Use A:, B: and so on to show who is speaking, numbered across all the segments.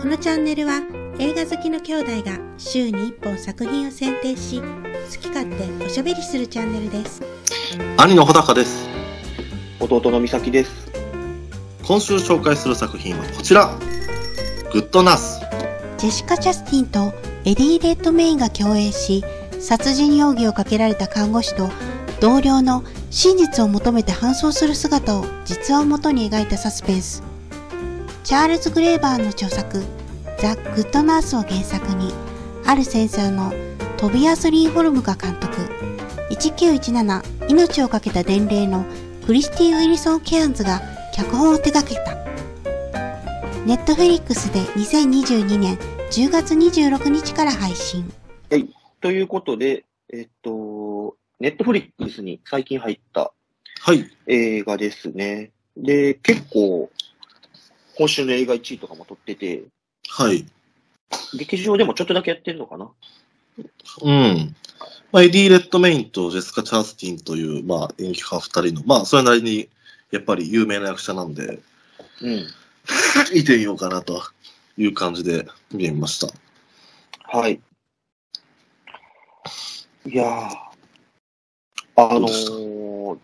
A: このチャンネルは映画好きの兄弟が週に1本作品を選定し好き勝手おしゃべりするチャンネルです
B: 兄の穂高です
C: 弟の美咲です。
B: 今週紹介する作品はこちらグッドナース
A: ジェシカ・チャスティンとエディ・レッドメインが共演し殺人容疑をかけられた看護師と同僚の真実を求めて搬送する姿を実話をもとに描いたサスペンスチャールズ・グレーバーの著作「ザ・グッド・ナース」を原作にある戦争のトビアス・リーホルムが監督1917命をかけた伝令のクリスティ・ウィルソン・ケアンズが脚本を手掛けたネットフェリックスで2022年10月26日から配信。
C: ということで、えっと、ネットフリックスに最近入った
B: はい
C: 映画ですね。で、結構、今週の映画1位とかも撮ってて、
B: はい
C: 劇場でもちょっとだけやってんのかな
B: うんまあ、エディ・レッドメインとジェスカ・チャースティンという、まあ、演劇派2人の、まあ、それなりにやっぱり有名な役者なんで、
C: うん。
B: 見てみようかなという感じで見てみました。
C: はい。いやー。あ
B: どう
C: の
B: でした
C: ー、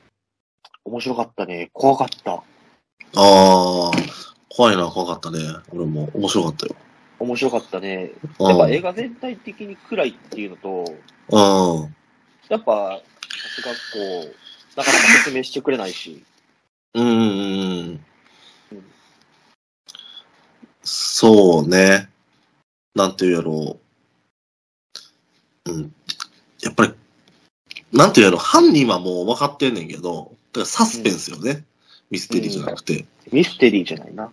C: 面白かったね。怖かった。
B: あー、怖いな、怖かったね。俺も面白かったよ。
C: 面白かったね。
B: うん
C: やっぱ映画全体的に暗いっていうのと、
B: うん。
C: やっぱ、さすがこう、なかなか説明してくれないし。
B: うんうんうん。そうね。なんていうやろう。うん。やっぱり、なんていうやろう。犯人はもう分かってんねんけど、だからサスペンスよね。ミステリーじゃなくて。
C: ミステリーじゃないな。
B: うん。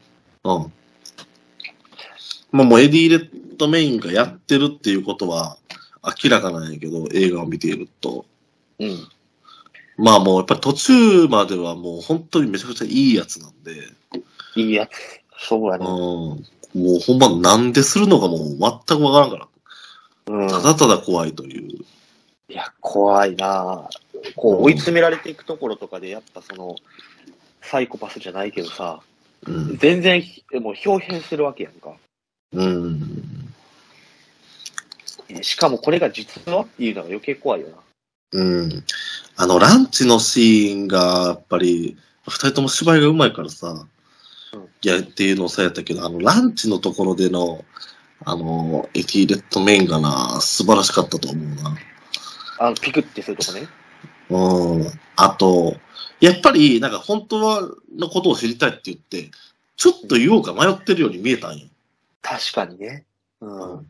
B: まあもうエディ・レッドメインがやってるっていうことは明らかなんやけど、映画を見ていると。
C: うん。
B: まあもうやっぱり途中まではもう本当にめちゃくちゃいいやつなんで。
C: いいやつ。そうやね。
B: うんもうほんまなんでするのかもう全くわからんから、
C: うん。
B: ただただ怖いという。
C: いや、怖いなこう、追い詰められていくところとかで、やっぱその、サイコパスじゃないけどさ、
B: うん。
C: 全然、もう、表変するわけやんか。
B: うん。
C: しかもこれが実話っていうのが余計怖いよな。
B: うん。あの、ランチのシーンが、やっぱり、二人とも芝居がうまいからさ
C: うん、
B: いや、っていうのをさやったけど、あの、ランチのところでの、あの、エティレットメインがな、素晴らしかったと思うな。
C: あの、ピクってするとこね。
B: うん。あと、やっぱり、なんか本当は、のことを知りたいって言って、ちょっと言おうか迷ってるように見えたんよ。
C: 確かにね。うん。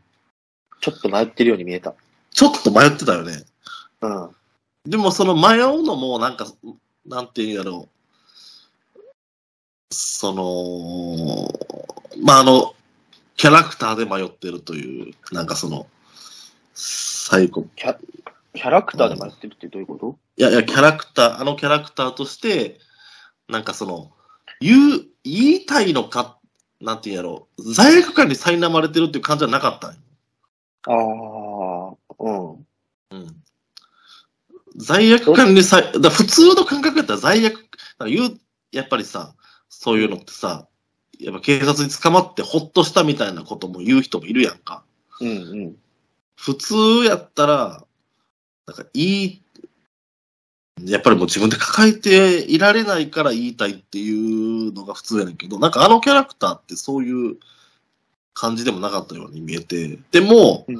C: ちょっと迷ってるように見えた。
B: ちょっと迷ってたよね。
C: うん。
B: でもその迷うのもなんか、なんていうんやろう。その、まあ、あの、キャラクターで迷ってるという、なんかその、最後。
C: キャ、キャラクターで迷ってるってどういうこと
B: いやいや、キャラクター、あのキャラクターとして、なんかその、言う、言いたいのか、なんていうんやろう。罪悪感に苛まれてるっていう感じはなかったんよ
C: ああ、うん。
B: うん罪悪感にさ、だから普通の感覚やったら罪悪、だから言う、やっぱりさ、そういうのってさ、やっぱ警察に捕まってほっとしたみたいなことも言う人もいるやんか。
C: うんうん。
B: 普通やったら、なんかいい、やっぱりもう自分で抱えていられないから言いたいっていうのが普通やねんけど、なんかあのキャラクターってそういう感じでもなかったように見えて、でも、
C: うん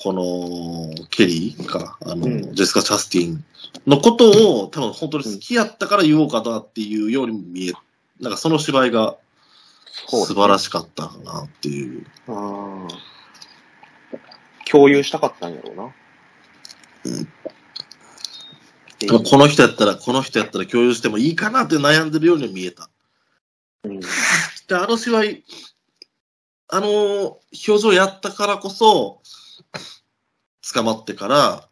B: このケリーか、あの、
C: うん
B: ジェスカ・チャスティンのことを多分本当に好きやったから言おうかなっていうようにも見え、なんかその芝居が
C: そう。
B: 素晴らしかったかなっていう。
C: ああ。共有したかったんやろうな。
B: うん
C: で
B: 多分この人やったら、この人やったら共有してもいいかなって悩んでるように見えた。
C: うん
B: で、あの芝居、あのー表情やったからこそ、捕まってから、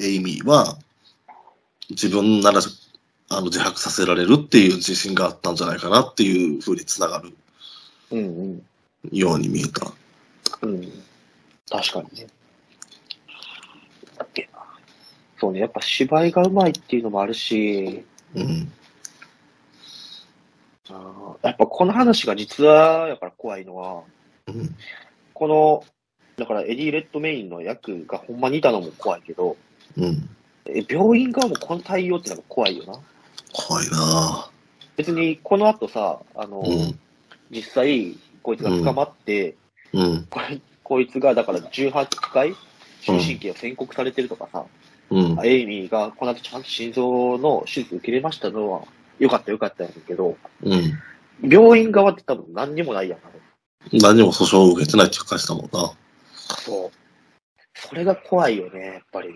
B: エイミーは、自分なら、あの、自白させられるっていう自信があったんじゃないかなっていうふうにつながる
C: うん
B: ように見えた。
C: うん。うん。確かにね。だって、そうね、やっぱ芝居がうまいっていうのもあるし、
B: うん。
C: あーやっぱこの話が実は、やから怖いのは、
B: うん
C: この、だからエディ・レッドメインの役がほんまにいたのも怖いけど、
B: うん。
C: え病院側もこの対応ってのが怖いよな。
B: 怖いな
C: 別にこの後さ、あの、
B: うん。
C: 実際、こいつが捕まって、
B: うん。
C: これこいつがだから18回、終身刑を宣告されてるとかさ、
B: うん。
C: エイミーがこの後ちゃんと心臓の手術受けれましたのは、よかったよかったんやけど、
B: うん。
C: 病院側って多分何にもないやん。
B: 何も訴訟を受けてないって感じだもんな。
C: そう。それが怖いよね、やっぱり。
B: う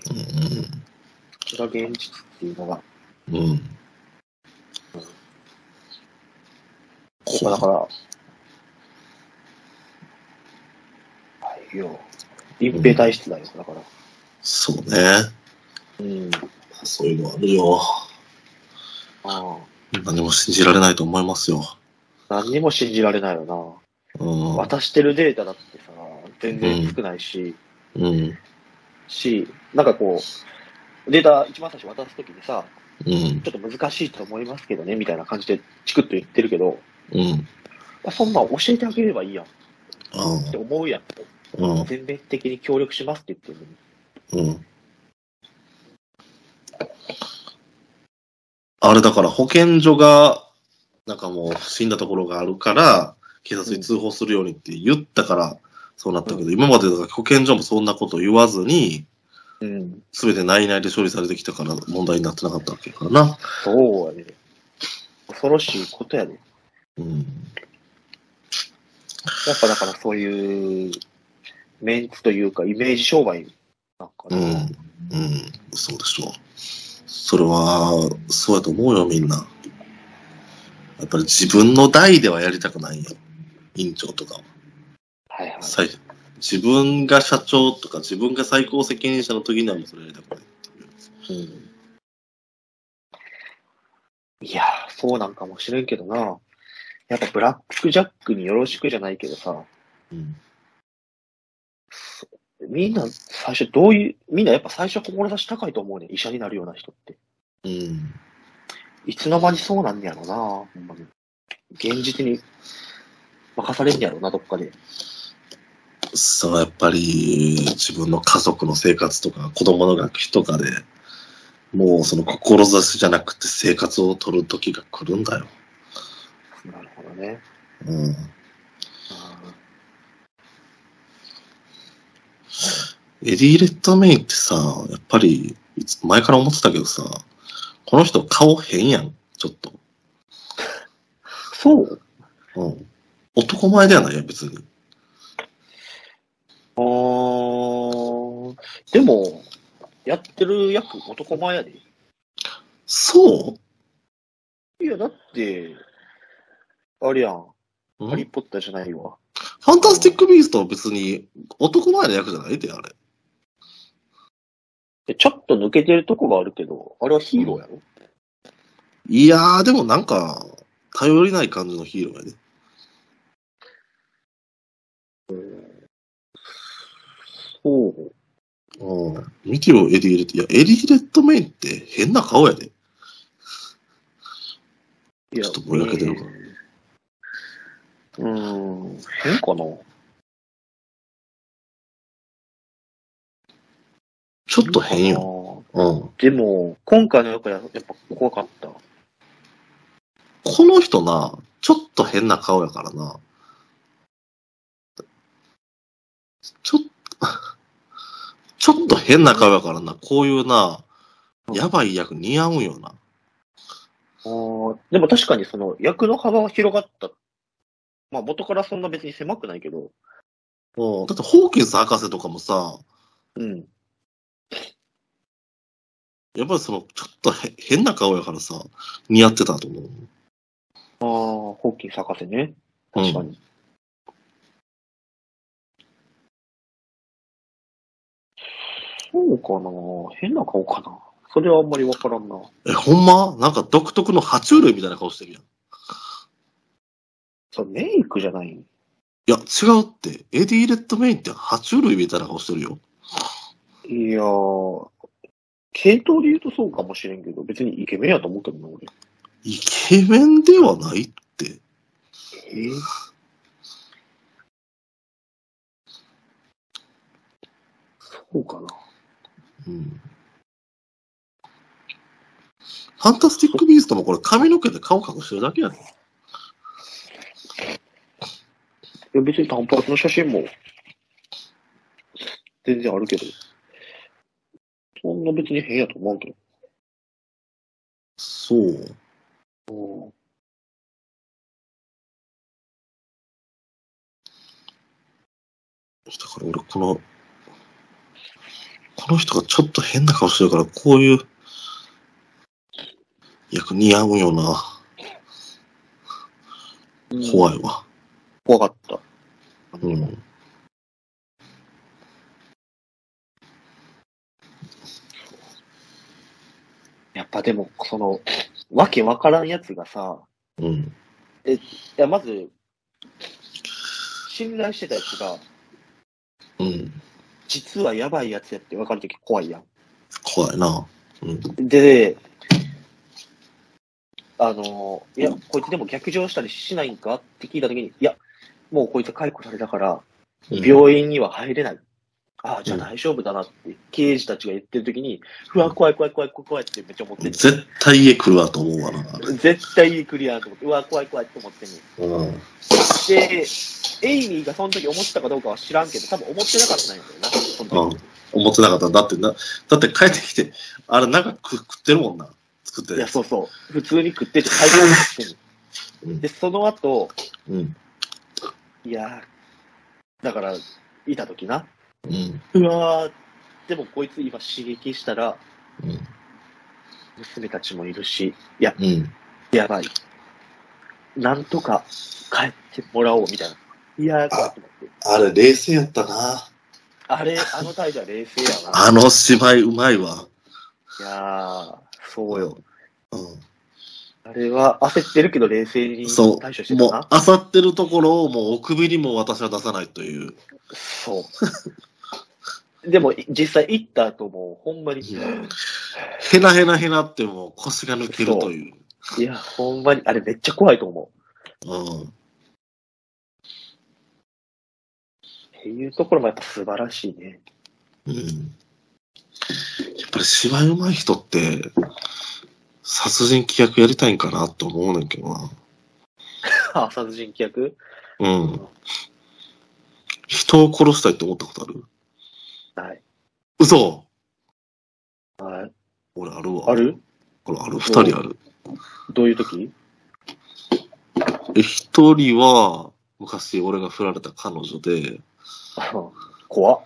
C: それが現実っていうのが。
B: ん。うん。
C: まあ
B: 怖
C: だか
B: い。
C: ら、はいよ。隠蔽体質だよ、だから。
B: そうね。
C: うん。
B: そういうのあるよ。
C: ああ
B: 何も信じられないと思いますよ。
C: 何にも信じられないよな。
B: うん。
C: 渡してるデータだってさ、全然少ないし、
B: うん。
C: し、なんかこう、データ一番最初渡すときにさ、
B: うん。
C: ちょっと難しいと思いますけどね、みたいな感じでチクッと言ってるけど、
B: うん。
C: あそんなん教えてあげればいいやんっ
B: あ
C: て思うやん。
B: うん。
C: 全面的に協力しますって言ってる
B: うん。あれだから保健所が、なんかもう死んだところがあるから、警察に通報するようにって言ったから、そうなったけど、今までだから保健所もそんなこと言わずに、
C: のに。うん。
B: すべて内々で処理されてきたから問題になってなかったわけやからな。
C: そうやね。恐ろしいことやね。
B: うん。
C: やっぱだからそういう、メンツというか、イメージ商売なんか
B: うん。う
C: ね。
B: ん。そうでしょう。それは、そうやと思うよ、みんな。やっぱり自分の代ではやりたくないよ。院長とかは。
C: はいはい。
B: 最自分が社長とか自分が最高責任者の時にはもうそれやりたくないっていう。
C: うんいやー、そうなんかもしれんけどな。やっぱブラックジャックによろしくじゃないけどさ、
B: うん
C: みんな最初どういう、みんなやっぱ最初志高いと思うねん。医者になるような人って。
B: うん。
C: いつの間にそうなんねやろな、ほんまに。現実に任されんねやろな、どっかで。
B: そのやっぱり自分の家族の生活とか子供の学費とかで、もうその志じゃなくて生活を取る時が来るんだよ。
C: なるほどね。
B: うん。エディ・レッドメインってさ、やっぱりいつ前から思ってたけどさ、この人顔変やん、ちょっと。
C: そう
B: うん。男前ではないやん、別に。
C: あーでも、やってる役男前やで。
B: そ
C: いや、だって、あれやん。
B: ううん
C: ハリーポッターじゃないわ。
B: ファンタスティック・ビーストは別に男前の役じゃないで、あれ。
C: でちょっと抜けてるとこがあるけど、あれはヒーローやろ
B: いやー、でもなんか、頼りない感じのヒーローやね。
C: そう。
B: うん。ミキロ・エディ・レッド、いや、エディ・レッドメインって変な顔やで。
C: いや
B: ちょっとぼやけてるから
C: うーん、変かな
B: ちょっと変よ。
C: よ。
B: うん。
C: でも、今回の役ややっぱ怖かった。
B: この人な、ちょっと変な顔やからな。ちょっ と、ちょっと変な顔やからな、こういうな、やばい役似合うんよな。
C: あーでも確かにその役の幅は広がった。まあ元からそんな別に狭くないけど。
B: うん。だって、ホーキンス博士とかもさ、
C: うん。
B: やっぱりその、ちょっとへ変な顔やからさ、似合ってたと思う。
C: ああ、ホーキンス博士ね。確かに。そうかな変な顔かなそれはあんまりわからんな。
B: え、ほんまなんか独特の爬虫類みたいな顔してるやん。い
C: そう、メイクじゃない
B: や、違うって。エディ・レッドメインって爬虫類みたいな顔してるよ。
C: いやー、系統で言うとそうかもしれんけど、別にイケメンやと思うけどな、俺。
B: イケメンではないって。
C: えそうかな。
B: うん。ファンタスティック・ビーストもこれ髪の毛で顔隠してるだけやね
C: いや、別に短髪の写真も、全然あるけど、そんな別に変やと思うけ
B: そう。
C: ど。
B: だから俺この、この人がちょっと変な顔してるから、こういう役似合うよな。
C: い。
B: 怖いわ。
C: 怖かった。
B: うん。
C: やっぱでも、その、わけわからんやつがさ、
B: うん。
C: いや、まず、信頼してたやつが、
B: うん。
C: 実はやばいやつやって分かるとき怖いやん。
B: 怖いな。うん。
C: で、あの、いや、こいつでも逆上したりしないんかって聞いたときに、いや、もうこいつ解雇されたから、病院には入れない。ああ、じゃあ大丈夫だなって、刑事たちが言ってるときに、うわ、怖い怖い怖い怖い怖いってめっちゃ思ってる。
B: 絶対家来るわと思うわな。
C: 絶対いいクリアと思って、うわ、怖い怖いって思ってんねん
B: うん。
C: で、エイミーがその時思ってたかどうかは知らんけど、多分思ってなかったんやけどな、その時
B: うん。思ってなかった。だってな、だって帰ってきて、あれなんか食食ってるもんな。作って
C: い
B: る
C: や、
B: やつ。
C: そうそう。普通に食ってて、最高に食ってん
B: う
C: の。
B: ん
C: で、その後、
B: うん。
C: いやーだから、いた時な。
B: うん。
C: うわーでもこいつ今刺激したら、
B: うん。
C: 娘たちもいるし、いや、
B: うん。
C: やばい。なんとか帰ってもらおう、みたいな。いやー怖いと思って。
B: あれ冷静やったな。
C: あれ、あの態度は冷静やな。
B: あの芝居うまいわ。
C: いやーそうよ。
B: うん。
C: あれは焦ってるけど冷静に
B: そう
C: 対処して
B: もう
C: たな。
B: あさってるところをもうお首にも私は出さないという、
C: そう。 でも、い実際行った後も、ほんまに、
B: うんへなへなへなってもう腰が抜けるという。
C: いや、ほんまに、あれめっちゃ怖いと思う。
B: うん、
C: っていうところもやっぱ素晴らしい ね。
B: うんやっぱり芝居うまい人って、殺人規約やりたいんかなって思うねんけどな。
C: あ殺人規約
B: うん。人を殺したいって思ったことある
C: はい。
B: 嘘
C: はい。
B: 俺あるわ。
C: ある
B: これある。二人ある。
C: どういう時
B: え一人は、昔俺が振られた彼女で、
C: あ怖っ。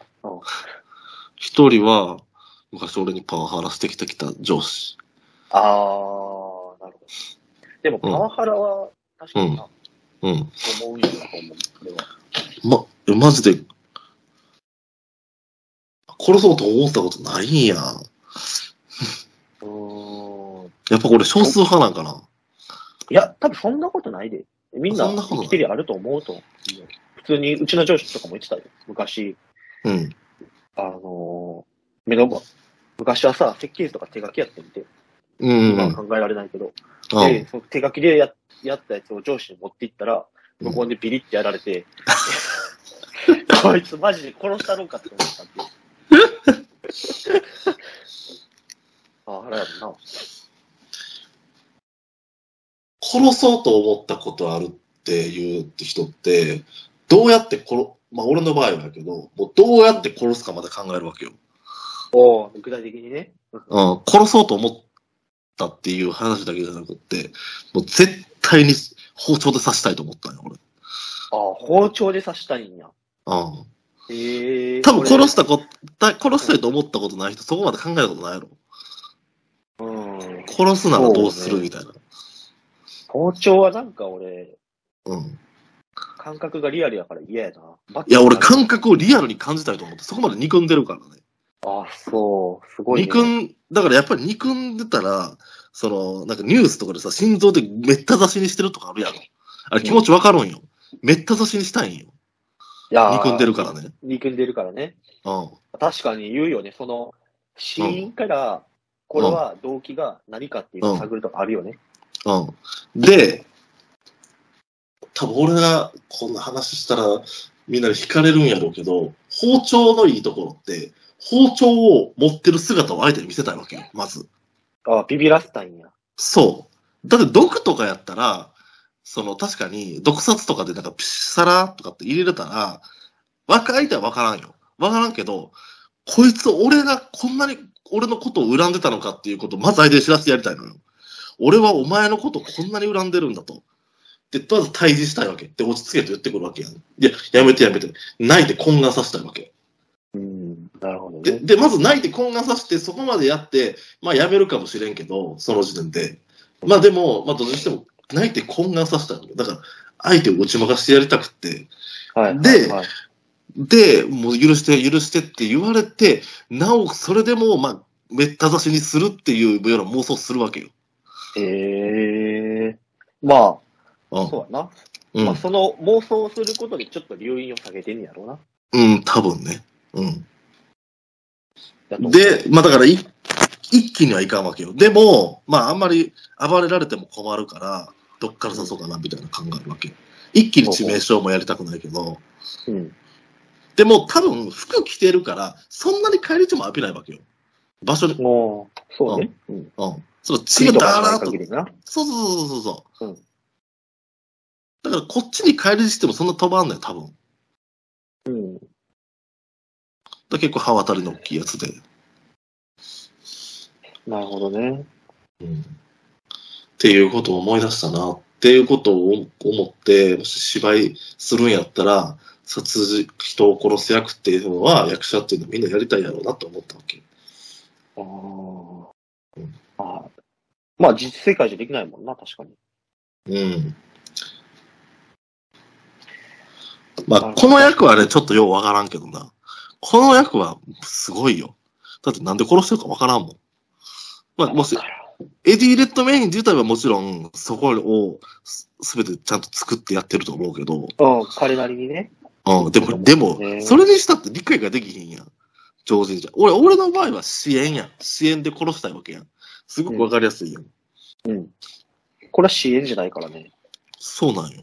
B: 一人は、昔俺にパワハラしてきてきた上司。
C: あー、なるほど。でも、パワハラは、確かにな、
B: うん。
C: 思うよな、と思う。これは。
B: ま、えマジで、殺そうと思ったことないんや。
C: うーん。
B: やっぱこれ少数派なんかな。
C: いや、多分そんなことないで。みんな
B: そんなこと
C: 生
B: ない
C: きてりゃあると思うと思う。普通に、うちの上司とかも言ってたよ。昔、
B: うん。
C: あのー、目の前、昔はさ、設計図とか手書きやってみて、
B: う
C: 今は
B: ん。
C: 考えられないけど、
B: あ
C: で、その手書きでややったやつを上司に持っていったら、
B: うん
C: 向こうでビリってやら れて、こいつマジで殺したろうかって思ったっていう。 あ、あれやもんな。
B: 殺そうと思ったことあるっていう人って、どうやって殺、まあ俺の場合はやけど、もうどうやって殺すかまで考えるわけよ。
C: おう具体的にね。
B: うん、殺そうと思ったっていう話だけじゃなくって、もう絶対に包丁で刺したいと思ったんよ、俺。
C: あ包丁で刺したいんや。
B: うん。
C: へえ
B: 多分殺し
C: す。
B: たこ、だ殺したいと思ったことない人、そこまで考えたことないやろ。
C: うん。
B: 殺すならどうするみたいな。
C: 包丁はなんか俺、
B: うん。
C: 感覚がリアルやから嫌やな。バッ
B: いや、俺感覚をリアルに感じたいと思って、そこまで憎んでるからね。
C: あ、そう。すごい、ね。
B: 憎ん、だからやっぱり憎んでたら、その、なんかニュースとかでさ、心臓でめった刺しにしてるとかあるやろ。あれ気持ちわかるんよ。めった刺しにしたいんよ。
C: いやー
B: 憎んでるからね。
C: 憎んでるからね。
B: うん。
C: 確かに言うよね。その、死因から、これは動機が何かっていうのを探るとかあるよね。
B: うん。で、多分俺がこんな話したらみんなで惹かれるんやろうけど、包丁のいいところって、包丁を持ってる姿を相手に見せたいわけよ、まず。
C: ああ、ビビらせたいんや。
B: そう。だって毒とかやったら、その確かに毒殺とかでなんかピサラとかって入れれたら、若相手は分からんよ。分からんけど、こいつ俺がこんなに俺のことを恨んでたのかっていうことをまず相手に知らせてやりたいのよ。俺はお前のことをこんなに恨んでるんだと。で、まず対峙したいわけ。で、落ち着けと言ってくるわけやん。いや、やめてやめて。泣いて懇願させたいわけ。
C: うん、なるほど
B: で、
C: ね。
B: でまず泣いて懇願させて、そこまでやって、まあ、やめるかもしれんけど、その時点で。まあ、でも、まあ、どっちにしても、泣いて懇願させたの。だから、相手を打ち負かしてやりたくって。
C: はい。
B: で
C: はい、
B: で、もう許して、許してって言われて、なお、それでも、まあ、めった刺しにするっていうような妄想するわけよ。
C: ええま
B: う
C: あ、
B: ん。
C: そうやな。
B: う
C: まあ、
B: ん、
C: その妄想をすることにちょっと留飲を下げてんねやろうな。
B: うん、多分ね。うん。
C: だと思う、
B: で、まあだからい、一気にはいかんわけよ。でも、まああんまり暴れられても困るから、どっから誘そうかなみたいな考えるわけ。一気に致命傷もやりたくないけど、
C: うん。
B: でも多分服着てるから、そんなに帰り道も浴びないわけよ。場所に、
C: もう、そうね。うん。
B: うん。その血がダーッと
C: 限りな。
B: そうそうそうそうそう。
C: うん
B: だからこっちに帰りしてもそんな飛ばんのよ、多分。だか
C: うん。
B: ら結構刃渡りの大きいやつで。
C: なるほどね。
B: うんっていうことを思い出したなっていうことを思ってもし芝居するんやったら殺人人を殺す役っていうのは役者っていうのはみんなやりたいやろうなと思ったわけ
C: あ
B: うん
C: あ。ああ。まあ、実世界じゃできないもんな、確かに。
B: うんまあ
C: なるほど
B: この役はねちょっとようわからんけどなこの役はすごいよだってなんで殺してるかわからんもんまあもし
C: だから
B: エディ・レッドメイン自体はもちろんそこをす全てちゃんと作ってやってると思うけど、
C: うん、彼なりにね。
B: うん、で
C: そうだ
B: も、
C: もん
B: でも
C: ね、
B: それにしたって理解ができひんやん。常人じゃ。俺、俺の場合は支援やん。支援で殺したいわけやん。すごくわかりやすいやん。
C: うん。これは支援じゃないからね。
B: そうなんよ。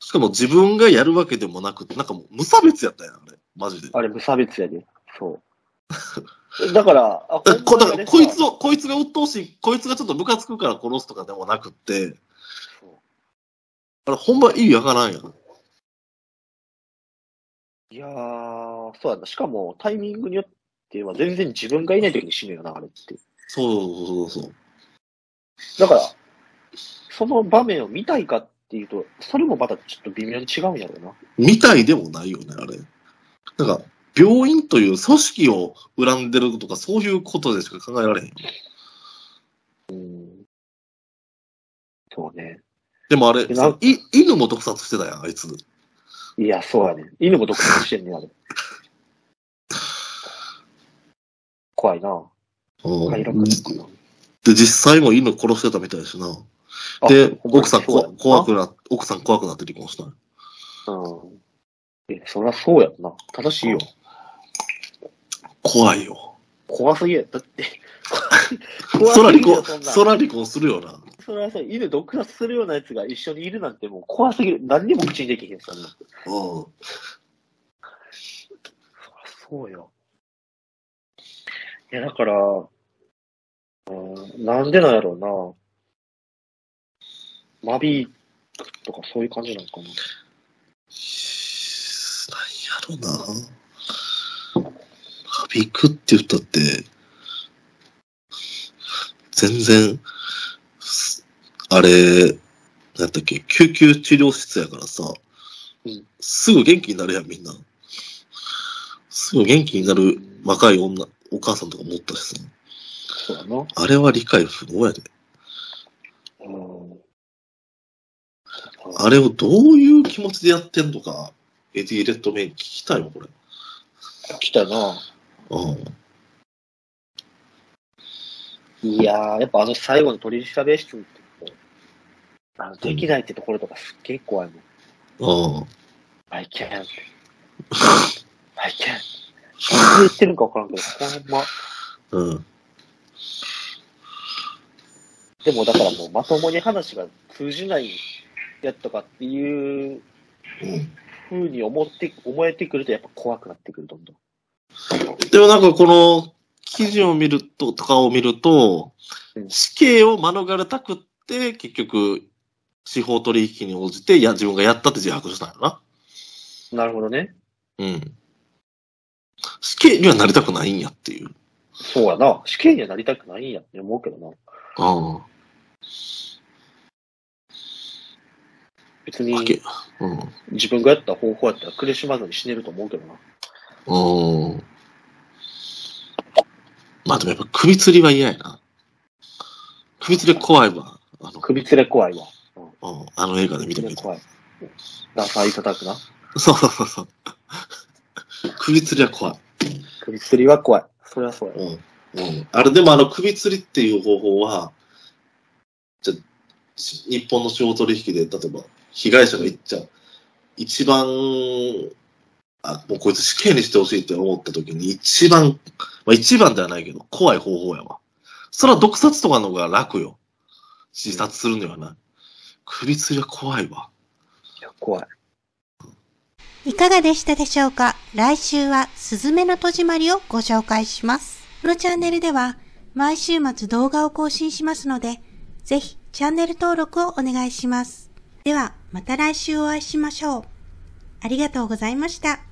B: しかも自分がやるわけでもなく、なんかもう無差別やったやん、あれ。マジで。
C: あれ、無差別やで。 そう。だから、あ
B: だからこだからこいつ
C: を。
B: を、こいつが鬱陶しい、こいつがちょっとムカつくから殺すとかでもなくって、
C: そう
B: あれ、ほんま意味わからんやん。
C: いやー、そうなんだ。しかも、タイミングによっては、全然自分がいない時に死ぬよな、あれって。
B: そうそうそうそう。
C: だから、その場面を見たいかっていうと、それもまたちょっと微妙に違うんやろうな。
B: みたいでもないよね、あれ。なんか、病院という組織を恨んでるとか、そういうことでしか考えられへんよ。
C: うん。そうね。
B: でもあれ、
C: えなん
B: い犬も毒殺してたやん、あいつ。
C: いや、そうやね。犬も独占してんねん、あれ。怖いな。
B: うん
C: 快楽
B: で、
C: 肉な
B: 実際も犬殺してたみたいしな。
C: あ
B: で、
C: ほまに
B: 奥さん
C: そうや
B: こ怖くな、奥さん怖くなって離婚したんよ
C: うん。え、そりゃそうやんな。正しいよ。
B: 怖いよ。
C: 怖すぎや。だ って。怖
B: そら
C: す
B: 離
C: ぎるよ
B: 婚、
C: そんな
B: そら離婚するよな。
C: それはさ、犬毒殺するようなやつが一緒にいるなんてもう怖すぎる。何にも口にできへん、そんな。
B: うん。
C: そうよ。いや、だから、うん、なんでなんやろうな。マビとかそういう感じなのかな。
B: なんやろな。はびくって言ったって、全然、すあれ、なんやったっけ、救急治療室やからさ
C: うん、
B: すぐ元気になるやん、みんな。すぐ元気になる若い女、お母さんとか持ったしさ、
C: そうやな。
B: あれは理解不能やで。
C: うん。
B: あれをどういう気持ちでやってんのか、エディ・レッドメイン聞きたいわ、これ。
C: 来たな。
B: うん。
C: いやー、やっぱあの最後の取り調べ室って、あの、できないってところとかすっげえ怖いもん。
B: うん。
C: I can't. I can't. 何言ってるんか分からんけど、ほんま。
B: うん。
C: でもだからもうまともに話が通じないやとかっていう
B: うん
C: ふうに思って、思えてくるとやっぱ怖くなってくる、どんどん。
B: でもなんかこの記事を見ると、とかを見ると
C: う、ん
B: 死刑を免れたくって、結局、司法取引に応じて、いや、自分がやったって自白したんやな。
C: なるほどね。
B: うん。死刑にはなりたくないんやっていう。
C: そうやな。死刑にはなりたくないんやって思うけどな。
B: ああ。
C: 別
B: あけ
C: に
B: うん。
C: 自分がやった方法やったら苦しまずに死ねると思うけどな。
B: うん。まあでもやっぱ首吊りは嫌やな。首吊りは怖いわ。あの、
C: 首吊れ怖いわ。
B: うんあの映画で見て
C: 首
B: み
C: 吊れ
B: た。
C: 怖い。ダサい叩くな。
B: そうそうそうそう。首吊りは怖い。
C: 首吊りは怖い。それはそうや。
B: うん。うん。あれ、でもあの、首吊りっていう方法は、じゃあ、し日本の司法取引で、例えば、被害者が言っちゃう。一番、あ、もうこいつ死刑にしてほしいって思った時に、一番、まあ一番ではないけど、怖い方法やわ。それは毒殺とかの方が楽よ。自殺するにはな。首吊りは怖いわ。
C: いや怖い。
A: いかがでしたでしょうか来週はスズメの戸締まりをご紹介します。このチャンネルでは毎週末動画を更新しますので、ぜひチャンネル登録をお願いします。ではまた来週お会いしましょう。ありがとうございました。